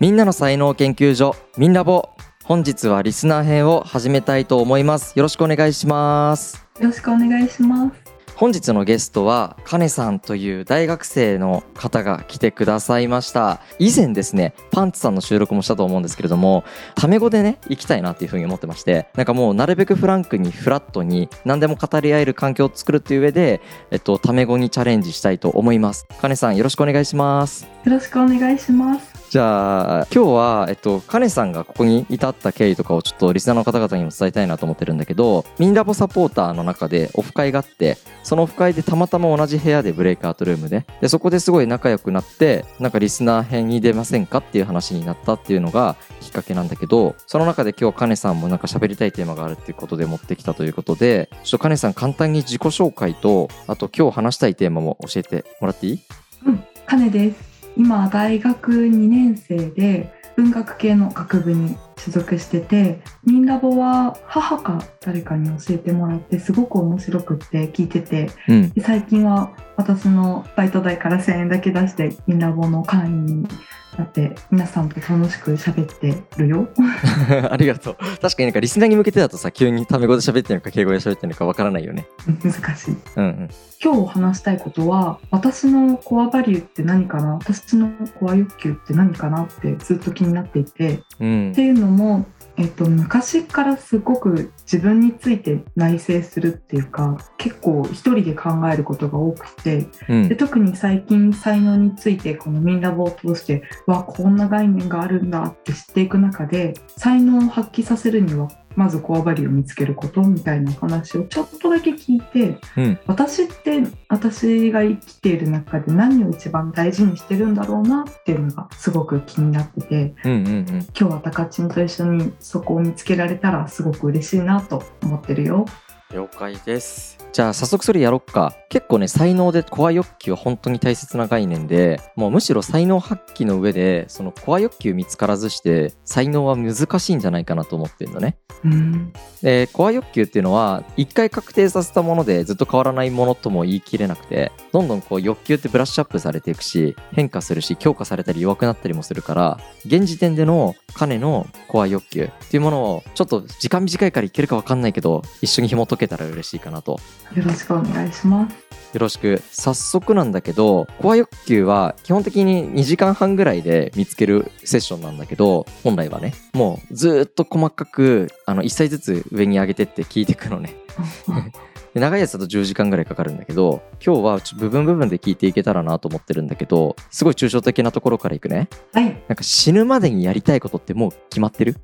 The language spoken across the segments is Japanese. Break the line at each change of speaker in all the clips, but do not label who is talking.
みんなの才能研究所みんラボ本日はリスナー編を始めたいと思いますよろしくお願いします
よろしくお願いします
本日のゲストはカネさんという大学生の方が来てくださいました以前ですねパンツさんの収録もしたと思うんですけれどもタメ語でね行きたいなっていうふうに思ってましてなんかもうなるべくフランクにフラットに何でも語り合える環境を作るっていう上でえっとタメ語にチャレンジしたいと思いますカネさんよろしくお願いします
よろしくお願いします
じゃあ今日はえっとカネさんがここに至った経緯とかをちょっとリスナーの方々にも伝えたいなと思ってるんだけどミンラボサポーターの中でオフ会があってそのオフ会でたまたま同じ部屋でブレイクアウトルームででそこですごい仲良くなってなんかリスナー編に出ませんかっていう話になったっていうのがきっかけなんだけどその中で今日カネさんもなんか喋りたいテーマがあるっていうことで持ってきたということでちょっとカネさん簡単に自己紹介とあと今日話したいテーマも教えてもらっていい
うん、カネです今大学2年生で文学系の学部に所属しててミンラボは母か誰かに教えてもらってすごく面白くって聞いてて
うん
で最近は私のバイト代から1000円だけ出してミンラボの会員になって皆さんと楽しく喋ってるよ
ありがとう。確かになんかリスナーに向けてだとさ、急にタメ語で喋ってるのか敬語で喋ってるのかわからないよね。
難しい
うんうん。
今日話したいことは私のコアバリューって何かな私のコア欲求って何かなってずっと気になっていてっ
うん
て。いうのも、えっと、昔からすごく自分について内省するっていうか結構一人で考えることが多くて
うん
で特に最近才能についてこの「ミンラボ」を通してわこんな概念があるんだって知っていく中で才能を発揮させるにはまずコアバリューを見つけることみたいな話をちょっとだけ聞いて。
うん。
私って私が生きている中で何を一番大事にしてるんだろうなっていうのがすごく気になってて
うんうんうん。
今日はたかちんと一緒にそこを見つけられたらすごく嬉しいなと思ってるよ。
了解です。じゃあ早速それやろっか。結構ね、才能でコア欲求は本当に大切な概念で、もうむしろ才能発揮の上で、そのコア欲求見つからずして、才能は難しいんじゃないかなと思ってるのね。
うん、
でコア欲求っていうのは一回確定させたものでずっと変わらないものとも言い切れなくてどんどんこう欲求ってブラッシュアップされていくし変化するし強化されたり弱くなったりもするから現時点での彼のコア欲求っていうものをちょっと時間短いからいけるか分かんないけど一緒に紐解けたら嬉しいかなと
よろしくお願いします。
よろしく早速なんだけどコア欲求は基本的に2時間半ぐらいで見つけるセッションなんだけど本来はねもうずーっと細かくあの1歳ずつ上に上げてって聞いていくのねで長いやつだと10時間ぐらいかかるんだけど今日はちょ部分部分で聞いていけたらなと思ってるんだけどすごい抽象的なところからいくね
はい、
なんか死ぬまでにやりたいことってもう決まってる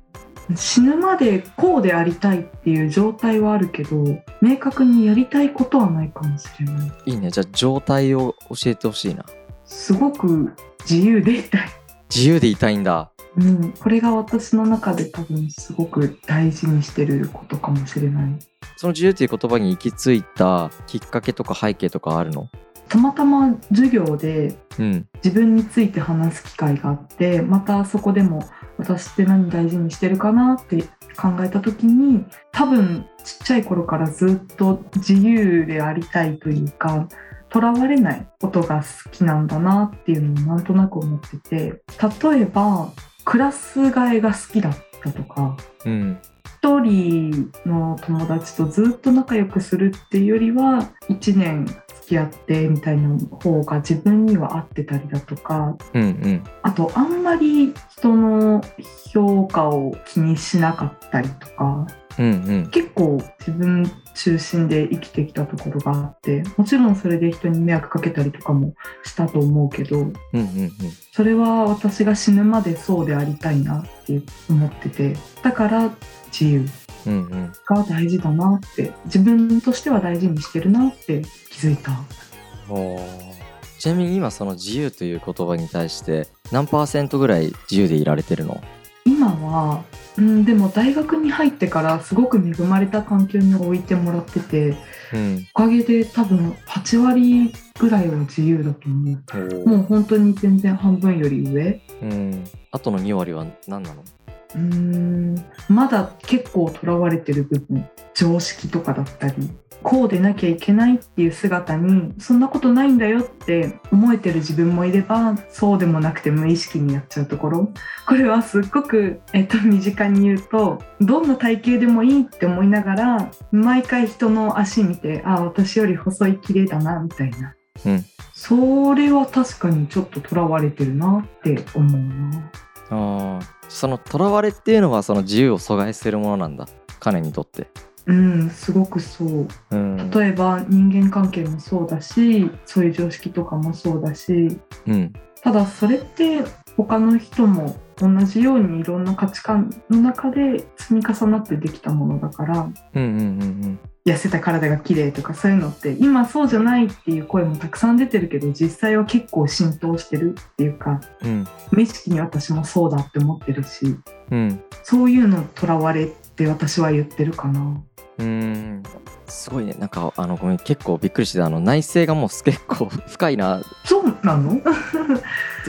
死ぬまでこうでありたいっていう状態はあるけど明確にやりたいことはないかもしれない。
いいねじゃあ状態を教えてほしいな
すごく自由でいたい
自由でいたいんだ
うん、これが私の中で多分すごく大事にしてることかもしれない
その自由っていう言葉に行き着いたきっかけとか背景とかあるの
たまたま授業で
うん
自分について話す機会があってまたそこでも私って何大事にしてるかなって考えた時に多分ちっちゃい頃からずっと自由でありたいというかとらわれないことが好きなんだなっていうのをなんとなく思ってて例えばクラス替えが好きだったとか
うん
一人の友達とずっと仲良くするっていうよりは1年付き合ってみたいな方が自分には合ってたりだとか
うんうん
あとあんまり人の評価を気にしなかったりとか
うんうん
結構自分中心で生きてきたところがあってもちろんそれで人に迷惑かけたりとかもしたと思うけど
うんうんうん
それは私が死ぬまでそうでありたいなって思っててだから自由。
うんうん
が大事だなって自分としては大事にしてるなって気づいた
おーちなみに今その自由という言葉に対して何パーセントぐらい自由でいられてるの
今は、うん、でも大学に入ってからすごく恵まれた環境に置いてもらってて
うん
おかげで多分8割ぐらいは自由だと思
おー
うもう本当に全然半分より上
うん、あとの2割は何なの
うんまだ結構とらわれてる部分常識とかだったりこうでなきゃいけないっていう姿にそんなことないんだよって思えてる自分もいればそうでもなくて無意識にやっちゃうところこれはすっごく、えっと、身近に言うとどんな体型でもいいって思いながら毎回人の足見てあ私より細い綺麗だなみたいな、
うん
それは確かにちょっととらわれてるなって思うな。
ああそのとらわれっていうのはその自由を阻害するものなんだ彼にとって。
うん、すごくそう
うん
例えば人間関係もそうだしそういう常識とかもそうだし
うん
ただそれって他の人も同じようにいろんな価値観の中で積み重なってできたものだから
うんうんうんうん
痩せた体が綺麗とかそういうのって今そうじゃないっていう声もたくさん出てるけど実際は結構浸透してるっていうか
うん
無意識に私もそうだって思ってるし
うん
そういうのとらわれって私は言ってるかな。
うーんすごいねなんかあのごめん結構びっくりしてあの内政がもうす結構 深いな
そうなの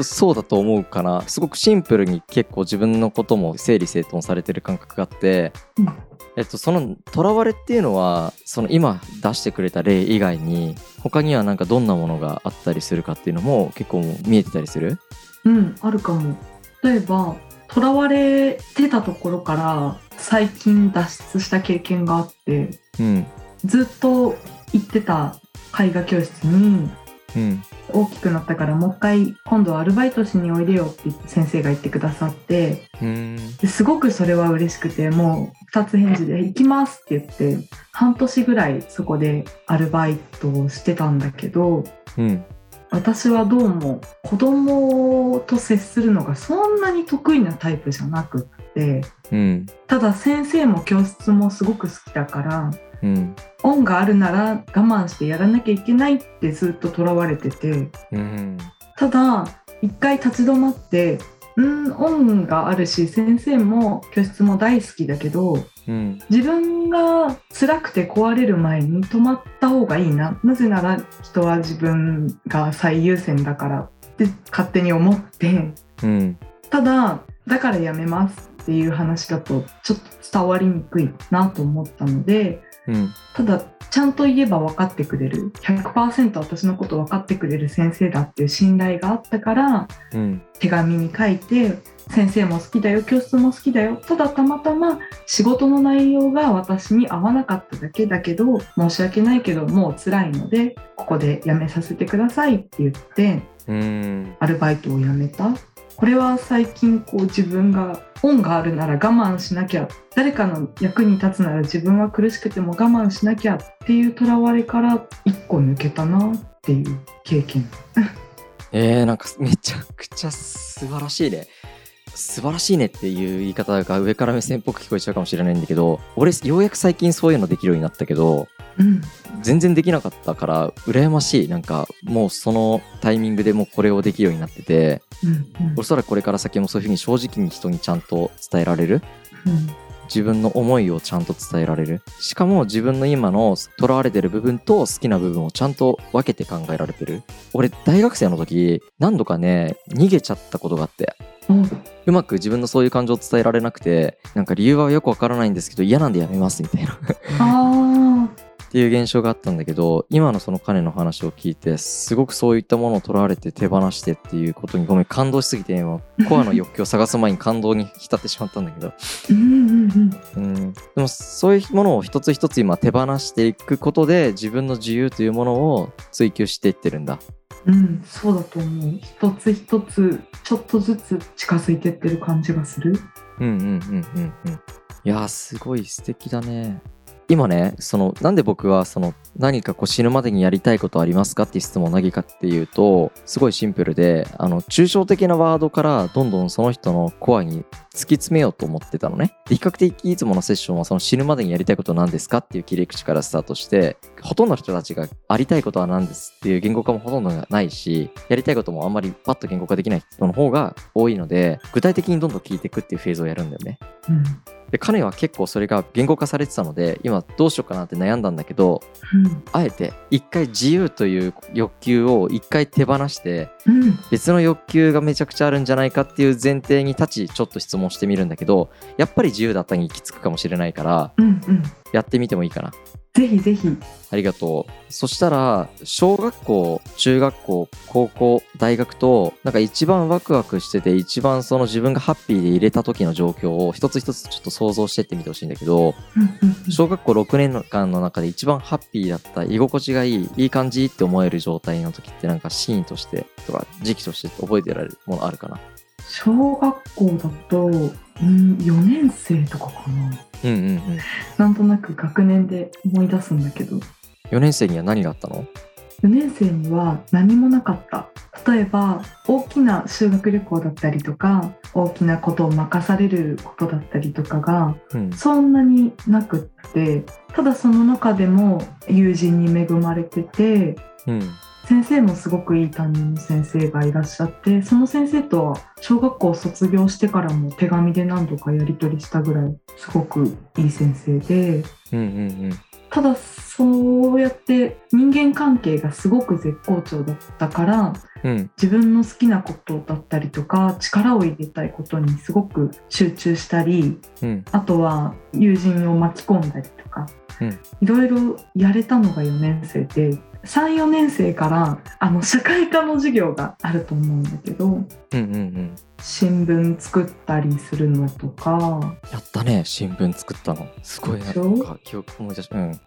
そうだと思うかなすごくシンプルに結構自分のことも整理整頓されてる感覚があって、
うん
えっと、そのとらわれっていうのはその今出してくれた例以外に他にはなんかどんなものがあったりするかっていうのも結構もう見えてたりする
うん、あるかも。例えば、囚われてたところから最近脱出した経験があって、
うん
ずっと行ってた絵画教室に、
うん
大きくなったからもう一回今度はアルバイトしにおいでよって先生が言ってくださって
うん
ですごくそれは嬉しくてもう2つ返事で「行きます」って言って半年ぐらいそこでアルバイトをしてたんだけど
うん
私はどうも子供と接するのがそんなに得意なタイプじゃなくって
うん
ただ先生も教室もすごく好きだから
うん
恩があるなら我慢してやらなきゃいけないってずっととらわれてて
うん
ただ一回立ち止まってうん恩があるし先生も教室も大好きだけど
うん
自分が辛くて壊れる前に止まった方がいいななぜなら人は自分が最優先だからって勝手に思って
うん
ただだからやめますっていう話だとちょっと伝わりにくいなと思ったので
うん
ただちゃんと言えば分かってくれる100%私のこと分かってくれる先生だっていう信頼があったから
うん
手紙に書いて先生も好きだよ教室も好きだよただたまたま仕事の内容が私に合わなかっただけだけど申し訳ないけどもう辛いのでここで辞めさせてくださいって言って
うん
アルバイトを辞めたこれは最近こう自分が恩があるなら我慢しなきゃ誰かの役に立つなら自分は苦しくても我慢しなきゃっていうとらわれから一個抜けたなっていう経験
えー、なんかめちゃくちゃ素晴らしいね。素晴らしいねっていう言い方が上から目線っぽく聞こえちゃうかもしれないんだけど俺ようやく最近そういうのできるようになったけど
うん
全然できなかったから羨ましいなんかもうそのタイミングでもうこれをできるようになってて
うん
おそらくこれから先もそういうふうに正直に人にちゃんと伝えられる
うん
自分の思いをちゃんと伝えられるしかも自分の今のとらわれてる部分と好きな部分をちゃんと分けて考えられてる俺大学生の時何度かね逃げちゃったことがあって
うんお
うまく自分のそういう感情を伝えられなくてなんか理由はよくわからないんですけど嫌なんでやめますみたいなっ
ああ、
ていう現象があったんだけど今のその彼の話を聞いてすごくそういったものをとらわれて手放してっていうことにごめん感動しすぎて今コアの欲求を探す前に感動に浸ってしまったんだけど
うんうんうん、
うん、でもそういうものを一つ一つ今手放していくことで自分の自由というものを追求していってるんだ。
うん、そうだと思う。一つ一つ、ちょっとずつ近づいてってる感じがする。
うんうんうんうんうん。いやーすごい素敵だね。今ねそのなんで僕はその何かこう死ぬまでにやりたいことありますかっていう質問を投げかっていうとすごいシンプルであの抽象的なワードからどんどんその人のコアに突き詰めようと思ってたのねで比較的いつものセッションはその死ぬまでにやりたいことなんですかっていう切り口からスタートしてほとんどの人たちがありたいことは何ですっていう言語化もほとんどがないしやりたいこともあんまりパッと言語化できない人の方が多いので具体的にどんどん聞いていくっていうフェーズをやるんだよね
うん、
で彼は結構それが言語化されてたので今どうしようかなって悩んだんだけどあえて一回自由という欲求を一回手放して
うん、うん、
別の欲求がめちゃくちゃあるんじゃないかっていう前提に立ちちょっと質問してみるんだけどやっぱり自由だったに行き着くかもしれないから
うん、うん、
やってみてもいいかな
ぜひぜひ
ありがとう。そしたら、小学校、中学校、高校、大学と、なんか一番ワクワクしてて、一番その自分がハッピーで入れた時の状況を一つ一つちょっと想像してってみてほしいんだけど、
うんうんうん
小学校6年間の中で一番ハッピーだった、居心地がいい、いい感じって思える状態の時ってなんかシーンとして、とか時期として覚えてられるものあるかな。
小学校だと、うん、4年生とかかな
うんうんうん。
なんとなく学年で思い出すんだけど
4年生には何があったの
4年生には何もなかった例えば大きな修学旅行だったりとか大きなことを任されることだったりとかが
うん。
そんなになくってただその中でも友人に恵まれてて
うん。
先生もすごくいい担任の先生がいらっしゃってその先生とは小学校を卒業してからも手紙で何度かやり取りしたぐらいすごくいい先生で
うんうん
ただそうやって人間関係がすごく絶好調だったから
うん。うん。
自分の好きなことだったりとか力を入れたいことにすごく集中したり
うん。
あとは友人を巻き込んだりとか、
うん
いろいろやれたのが4年生で34年生からあの社会科の授業があると思うんだけど
うんうんうん。
新聞作ったりするのとか
やったね新聞作ったのすごいな
で
な
しょ
んか記憶思い出しうん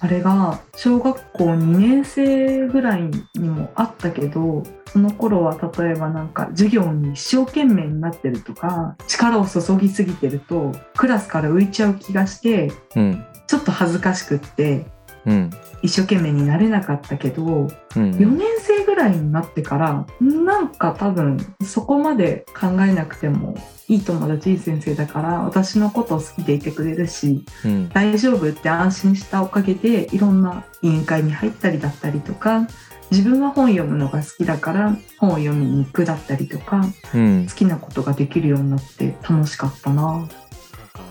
あれが小学校2年生ぐらいにもあったけどその頃は例えばなんか授業に一生懸命になってるとか力を注ぎすぎてるとクラスから浮いちゃう気がして
うん
ちょっと恥ずかしくって
うん
一生懸命になれなかったけど
うん
4年生ぐらいになってからなんか多分そこまで考えなくてもいい友達いい先生だから私のことを好きでいてくれるし
うん
大丈夫って安心したおかげでいろんな委員会に入ったりだったりとか自分は本読むのが好きだから本を読みに行くだったりとか
うん
好きなことができるようになって楽しかったな
なんか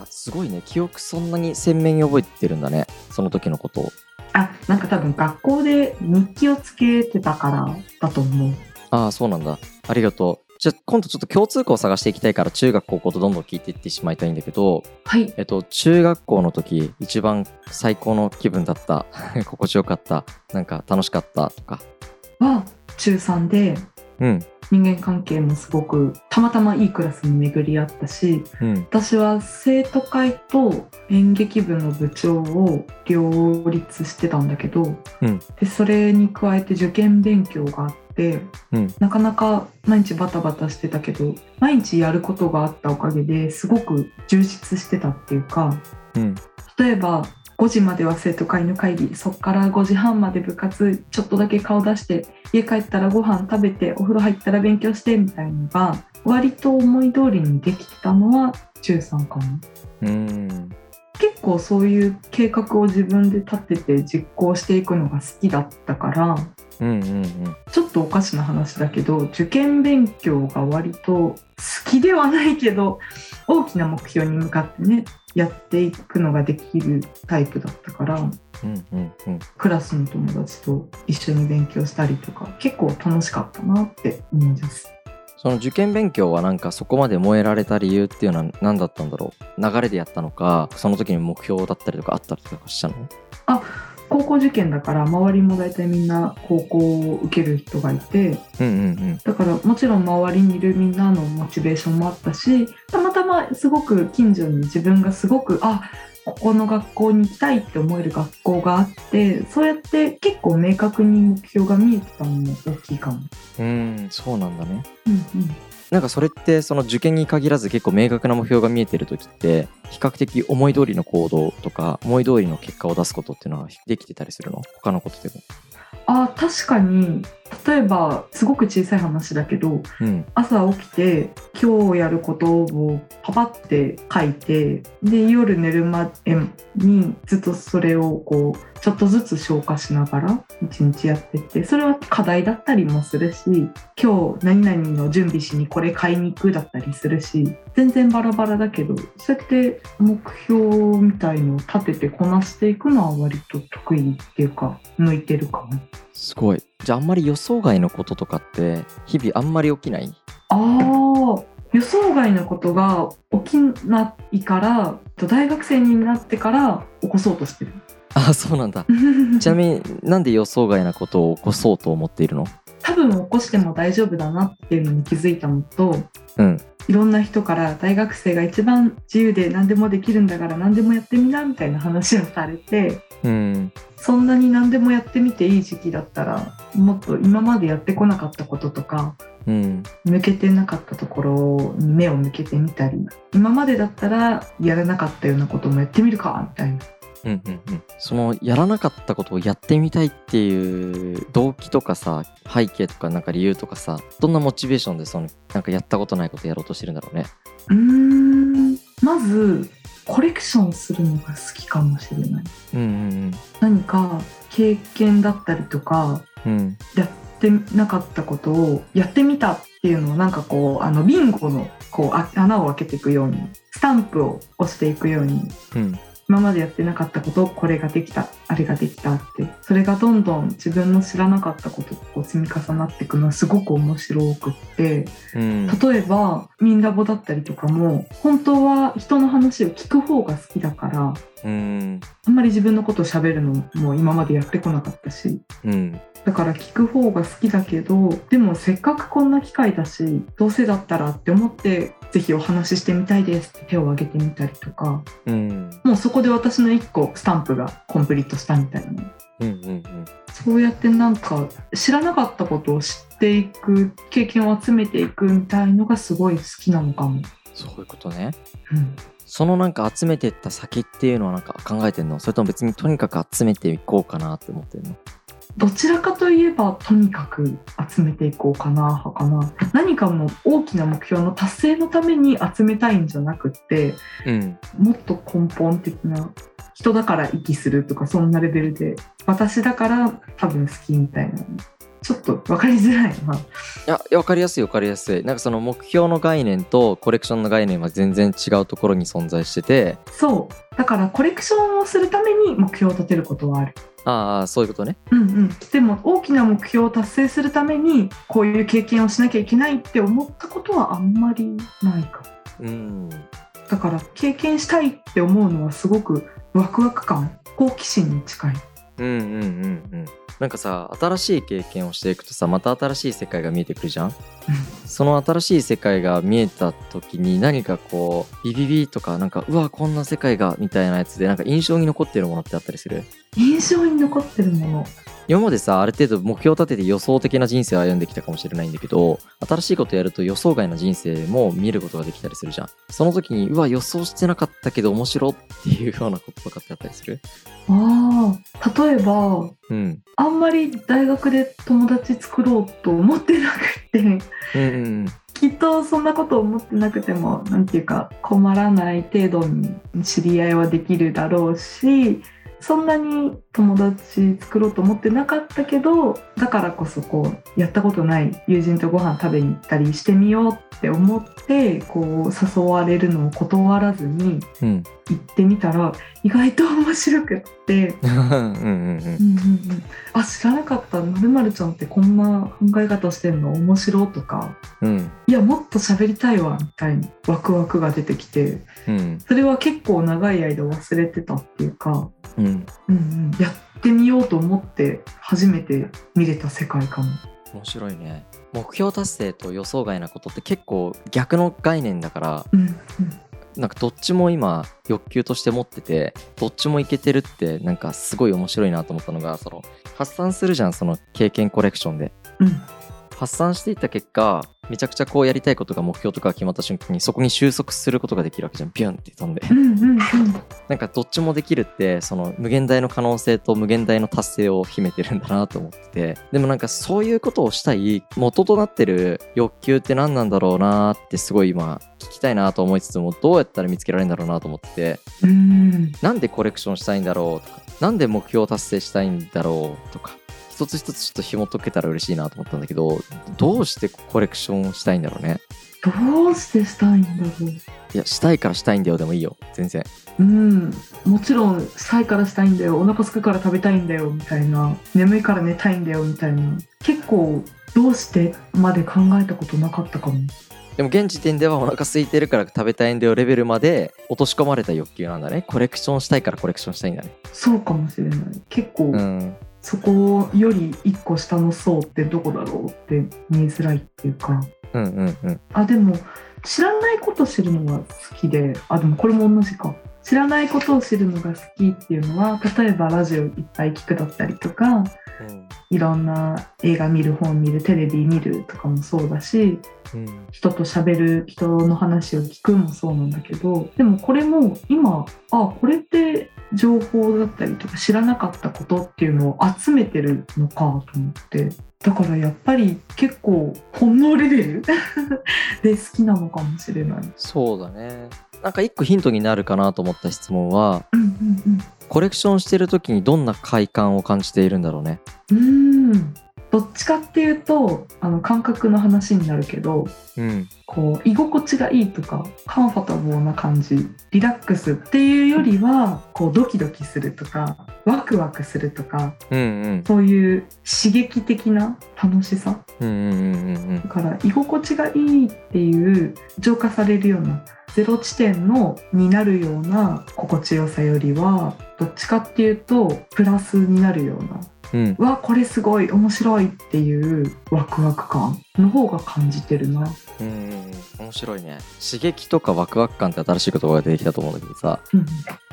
すごいね記憶そんなに鮮明に覚えてるんだねその時のことを
あなんか多分学校で日記をつけてたからだと思う
ああそうなんだありがとうじゃあ今度ちょっと共通項を探していきたいから中学高校とどんどん聞いていってしまいたいんだけど
はい
えっと中学校の時一番最高の気分だった 心地よかったなんか楽しかったとか
は中3で
うん
人間関係もすごくたまたまいいクラスに巡り合ったし
うん
私は生徒会と演劇部の部長を両立してたんだけど、
うん
でそれに加えて受験勉強があって、
うん
なかなか毎日バタバタしてたけど毎日やることがあったおかげですごく充実してたっていうか
うん
例えば5時までは生徒会の会議そっから5時半まで部活ちょっとだけ顔出して家帰ったらご飯食べてお風呂入ったら勉強してみたいのが割と思い通りにできてたのは中3かな。
うん
結構そういう計画を自分で立てて実行していくのが好きだったから
うんうんうん
ちょっとおかしな話だけど受験勉強が割と好きではないけど大きな目標に向かってねやっていくのができるタイプだったから
うんうんうん
クラスの友達と一緒に勉強したりとか結構楽しかったなって思います。
その受験勉強はなんかそこまで燃えられた理由っていうのは何だったんだろう流れでやったのかその時に目標だったりとかあったりとかしたの
高校受験だから周りも大体みんな高校を受ける人がいて
うんうん
だからもちろん周りにいるみんなのモチベーションもあったしたまたますごく近所に自分がすごくあここの学校に行きたいって思える学校があってそうやって結構明確に目標が見えてたのも大きいかも。
うんうんそうなんだね
うん
なんかそれってその受験に限らず結構明確な目標が見えてる時って比較的思い通りの行動とか思い通りの結果を出すことっていうのはできてたりするの他のことでも
あ確かに例えばすごく小さい話だけど
うん
朝起きて今日やることをパパって書いてで夜寝るまでにずっとそれをこうちょっとずつ消化しながら一日やってってそれは課題だったりもするし今日何々の準備しにこれ買いに行くだったりするし全然バラバラだけどそうやって目標みたいのを立ててこなしていくのは割と得意っていうか向いてるかな。
すごいじゃああんまり予想外のこととかって日々あんまり起きない
ああ、予想外のことが起きないから大学生になってから起こそうとしてる
あそうなんだちなみになんで予想外なことを起こそうと思っているの
多分起こしても大丈夫だなっていうのに気づいたのと
うん
いろんな人から大学生が一番自由で何でもできるんだから何でもやってみなみたいな話をされて
うん
そんなに何でもやってみていい時期だったらもっと今までやってこなかったこととか
うん
向けてなかったところに目を向けてみたり今までだったらやらなかったようなこともやってみるかみたいな
うんうんうん、そのやらなかったことをやってみたいっていう動機とかさ背景とかなんか理由とかさどんなモチベーションでそのなんかやったことないことやろうとしてるんだろうね
うーんまずコレクションするのが好きかもしれない
うんうん
何か経験だったりとか
うんうん
やってなかったことをやってみたっていうのをなんかこうあのビンゴのこうあ穴を開けていくようにスタンプを押していくように
うん
今までやってなかったことこれができたあれができたってそれがどんどん自分の知らなかったことがこう積み重なっていくのはすごく面白くって
うん
例えばミンラボだったりとかも本当は人の話を聞く方が好きだから
うん
あんまり自分のことを喋るのも今までやってこなかったし
うん
だから聞く方が好きだけどでもせっかくこんな機会だしどうせだったらって思ってぜひお話ししてみたいですって手を挙げてみたりとか
うん
もうそこで私の1個スタンプがコンプリートしたみたいな
うんうん
そうやってなんか知らなかったことを知っていく経験を集めていくみたいのがすごい好きなのかも。
そういうことね
うん
そのなんか集めてった先っていうのはなんか考えてんのそれとも別にとにかく集めていこうかなって思ってるの
どちらかといえばとにかく集めていこうかな派かな何かの大きな目標の達成のために集めたいんじゃなくって
うん
もっと根本的な人だから息するとかそんなレベルで私だから多分好きみたいなちょっと分かりづらいない
や分かりやすい分かりやすいなんかその目標の概念とコレクションの概念は全然違うところに存在してて
そうだからコレクションをするために目標を立てることはある。
ああそういうことね
うんうん、でも大きな目標を達成するためにこういう経験をしなきゃいけないって思ったことはあんまりないかも
うん
だから経験したいって思うのはすごくワクワク感好奇心に近い
うんうんうんうんなんかさ新しい経験をしていくとさまた新しい世界が見えてくるじゃんその新しい世界が見えた時に何かこうビビビとかなんかうわこんな世界がみたいなやつでなんか印象に残ってるものってあったりする
印象に残ってるもの
今までさある程度目標を立てて予想的な人生を歩んできたかもしれないんだけど新しいことやると予想外な人生も見ることができたりするじゃんその時にうわ予想してなかったけど面白っていうようなこととかってあったりする
ああ例えば
うん
あんまり大学で友達作ろうと思ってなくて
うんうん
きっとそんなこと思ってなくてもなんていうか困らない程度に知り合いはできるだろうしそんなに友達作ろうと思ってなかったけどだからこそこうやったことない友人とご飯食べに行ったりしてみようって思ってこう誘われるのを断らずに
うん
行ってみたら意外と面白くって。
うんうんうんうん
うんうんうんあ知らなかったまるまるちゃんってこんな考え方してんの面白とか
うん
いやもっと喋りたいわみたいなワクワクが出てきて
うん
それは結構長い間忘れてたっていうか、
うん
うんうん、やってみようと思って初めて見れた世界かも。
面白いね目標達成と予想外なことって結構逆の概念だから
うんうん、
なんかどっちも今欲求として持っててどっちもいけてるってなんかすごい面白いなと思ったのがその発散するじゃんその経験コレクションで
うん
発散していった結果めちゃくちゃこうやりたいことが目標とかが決まった瞬間にそこに収束することができるわけじゃんビュンって飛んで
うんうんうん
なんかどっちもできるってその無限大の可能性と無限大の達成を秘めてるんだなと思っててでもなんかそういうことをしたい元となってる欲求って何なんだろうなってすごい今聞きたいなと思いつつもどうやったら見つけられるんだろうなと思ってて
うん
なんでコレクションしたいんだろうとかなんで目標を達成したいんだろうとか一つ一つちょっと紐解けたら嬉しいなと思ったんだけどどうしてコレクションをしたいんだろうね
どうしてしたいんだろう
いやしたいからしたいんだよでもいいよ全然
うん、もちろんしたいからしたいんだよお腹空くから食べたいんだよみたいな眠いから寝たいんだよみたいな結構どうしてまで考えたことなかったかも
でも現時点ではお腹空いてるから食べたいんだよレベルまで落とし込まれた欲求なんだねコレクションしたいからコレクションしたいんだね
そうかもしれない結構、
うん
そこより一個下の層ってどこだろうって見えづらいっていうか
うんうんうん
あでも知らないこと知るのが好きであでもこれも同じか知らないことを知るのが好きっていうのは例えばラジオいっぱい聞くだったりとかいろんな映画見る本見るテレビ見るとかもそうだし
うん
人と喋る人の話を聞くもそうなんだけどでもこれも今あこれって情報だったりとか知らなかったことっていうのを集めてるのかと思ってだからやっぱり結構本能レベル で好きなのかもしれない。
そうだねなんか一個ヒントになるかなと思った質問は
うんうん
コレクションしてる時にどんな快感を感じているんだろうね
うん、うーんどっちかっていうとあの感覚の話になるけど
うん
こう居心地がいいとかカンファタブルな感じリラックスっていうよりはこうドキドキするとかワクワクするとか
うんうん
そういう刺激的な楽しさ
うんうんうんうんうん
だから居心地がいいっていう浄化されるようなゼロ地点のになるような心地よさよりはどっちかっていうとプラスになるような
うん
わこれすごい面白いっていうワクワク感の方が感じてるな。
うんうん面白いね刺激とかワクワク感って新しい言葉が出てきたと思うんだけどさ
うん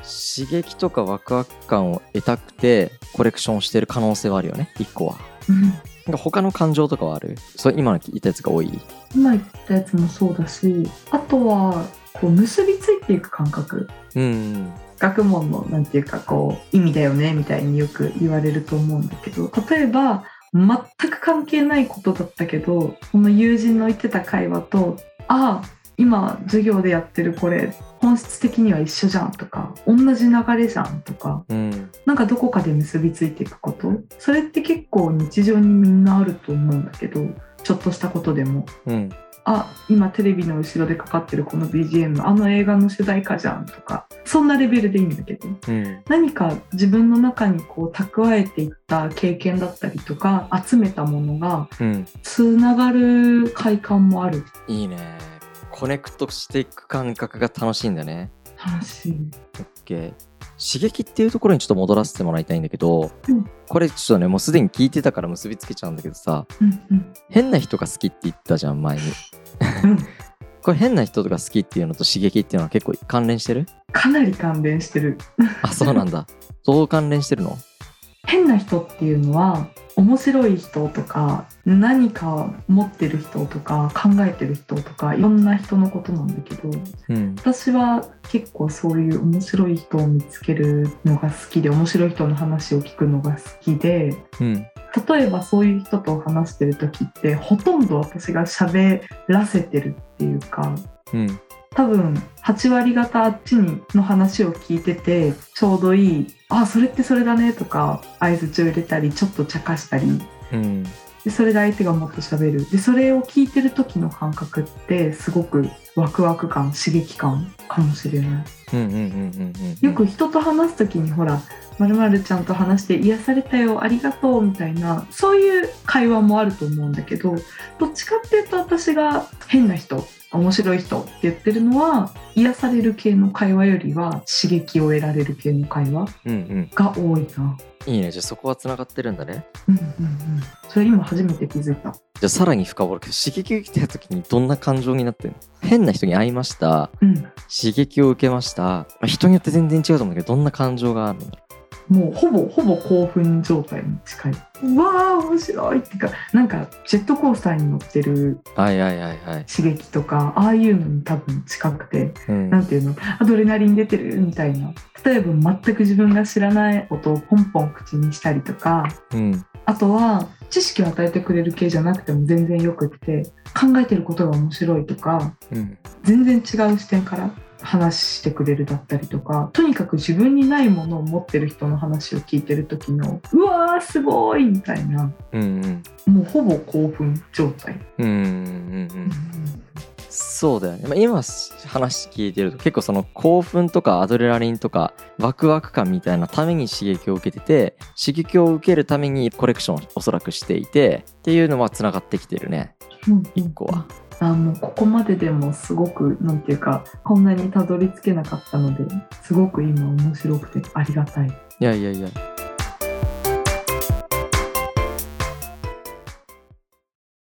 刺激とかワクワク感を得たくてコレクションしてる可能性はあるよね一個は
うん
なんか他の感情とかはあるそれ今の聞いたやつが多い
今言ったやつもそうだしあとはこう結びついていく感覚
うん
学問のなんていうかこう意味だよねみたいによく言われると思うんだけど例えば全く関係ないことだったけどこの友人の言ってた会話とああ今授業でやってるこれ本質的には一緒じゃんとか同じ流れじゃんとか
うん
なんかどこかで結びついていくことそれって結構日常にみんなあると思うんだけどちょっとしたことでも
うん
あ今テレビの後ろでかかってるこの BGM あの映画の主題歌じゃんとかそんなレベルでいいんだけど
うん
何か自分の中にこう蓄えていった経験だったりとか集めたものが
うん
つながる快感もある
いいねコネクトしていく感覚が楽しいんだね
楽しい
OK 刺激っていうところにちょっと戻らせてもらいたいんだけど、
うん
これちょっとねもうすでに聞いてたから結びつけちゃうんだけどさ
うんうん
変な人が好きって言ったじゃん前に
うん
これ変な人とか好きっていうのと刺激っていうのは結構関連してる
かなり関連してる
あそうなんだどう関連してるの
変な人っていうのは面白い人とか何か持ってる人とか考えてる人とかいろんな人のことなんだけど
うん
私は結構そういう面白い人を見つけるのが好きで面白い人の話を聞くのが好きで
うん
例えばそういう人と話してる時ってほとんど私が喋らせてるっていうか
うん
多分8割方あっちにの話を聞いててちょうどいい「あそれってそれだね」とか合図中入れたりちょっと茶化したり
うん
でそれで相手がもっと喋るでそれを聞いてる時の感覚ってすごくワクワク感刺激感かもしれない。
うんうんうんうん
よく人と話す時にほら「まるまるちゃんと話して癒されたよありがとう」みたいなそういう会話もあると思うんだけどどっちかっていうと私が変な人面白い人って言ってるのは癒される系の会話よりは刺激を得られる系の会話
うんうん
が多いな。
いいねじゃあそこはつながってるんだね
うんうんうん、それ今初めて気づいた。
じゃあさらに深掘るけど刺激が来た時にどんな感情になってるの変な人に会いました
うん、
刺激を受けましたまあ人によって全然違うと思うけどどんな感情があるの
もうほぼほぼ興奮状態に近い。うわー面白いってかなんかジェットコースターに乗ってる
はいはいはいはい、
刺激とかああいうのに多分近くて
うん
なんていうのアドレナリン出てるみたいな例えば全く自分が知らない音をポンポン口にしたりとか
うん
あとは知識を与えてくれる系じゃなくても全然よくって考えてることが面白いとか
うん
全然違う視点から話してくれるだったりとかとにかく自分にないものを持ってる人の話を聞いてる時のうわーすごいみたいな
うんうん
もうほぼ興奮状態。
うんうんうんそうだよね、まあ、今話聞いてると結構その興奮とかアドレナリンとかワクワク感みたいなために刺激を受けてて刺激を受けるためにコレクションをおそらくしていてっていうのはつながってきてるね
うんうん
一個は
あもうここまででもすごくなんていうかこんなにたどり着けなかったのですごく今面白くてありがたい。
いやいやいや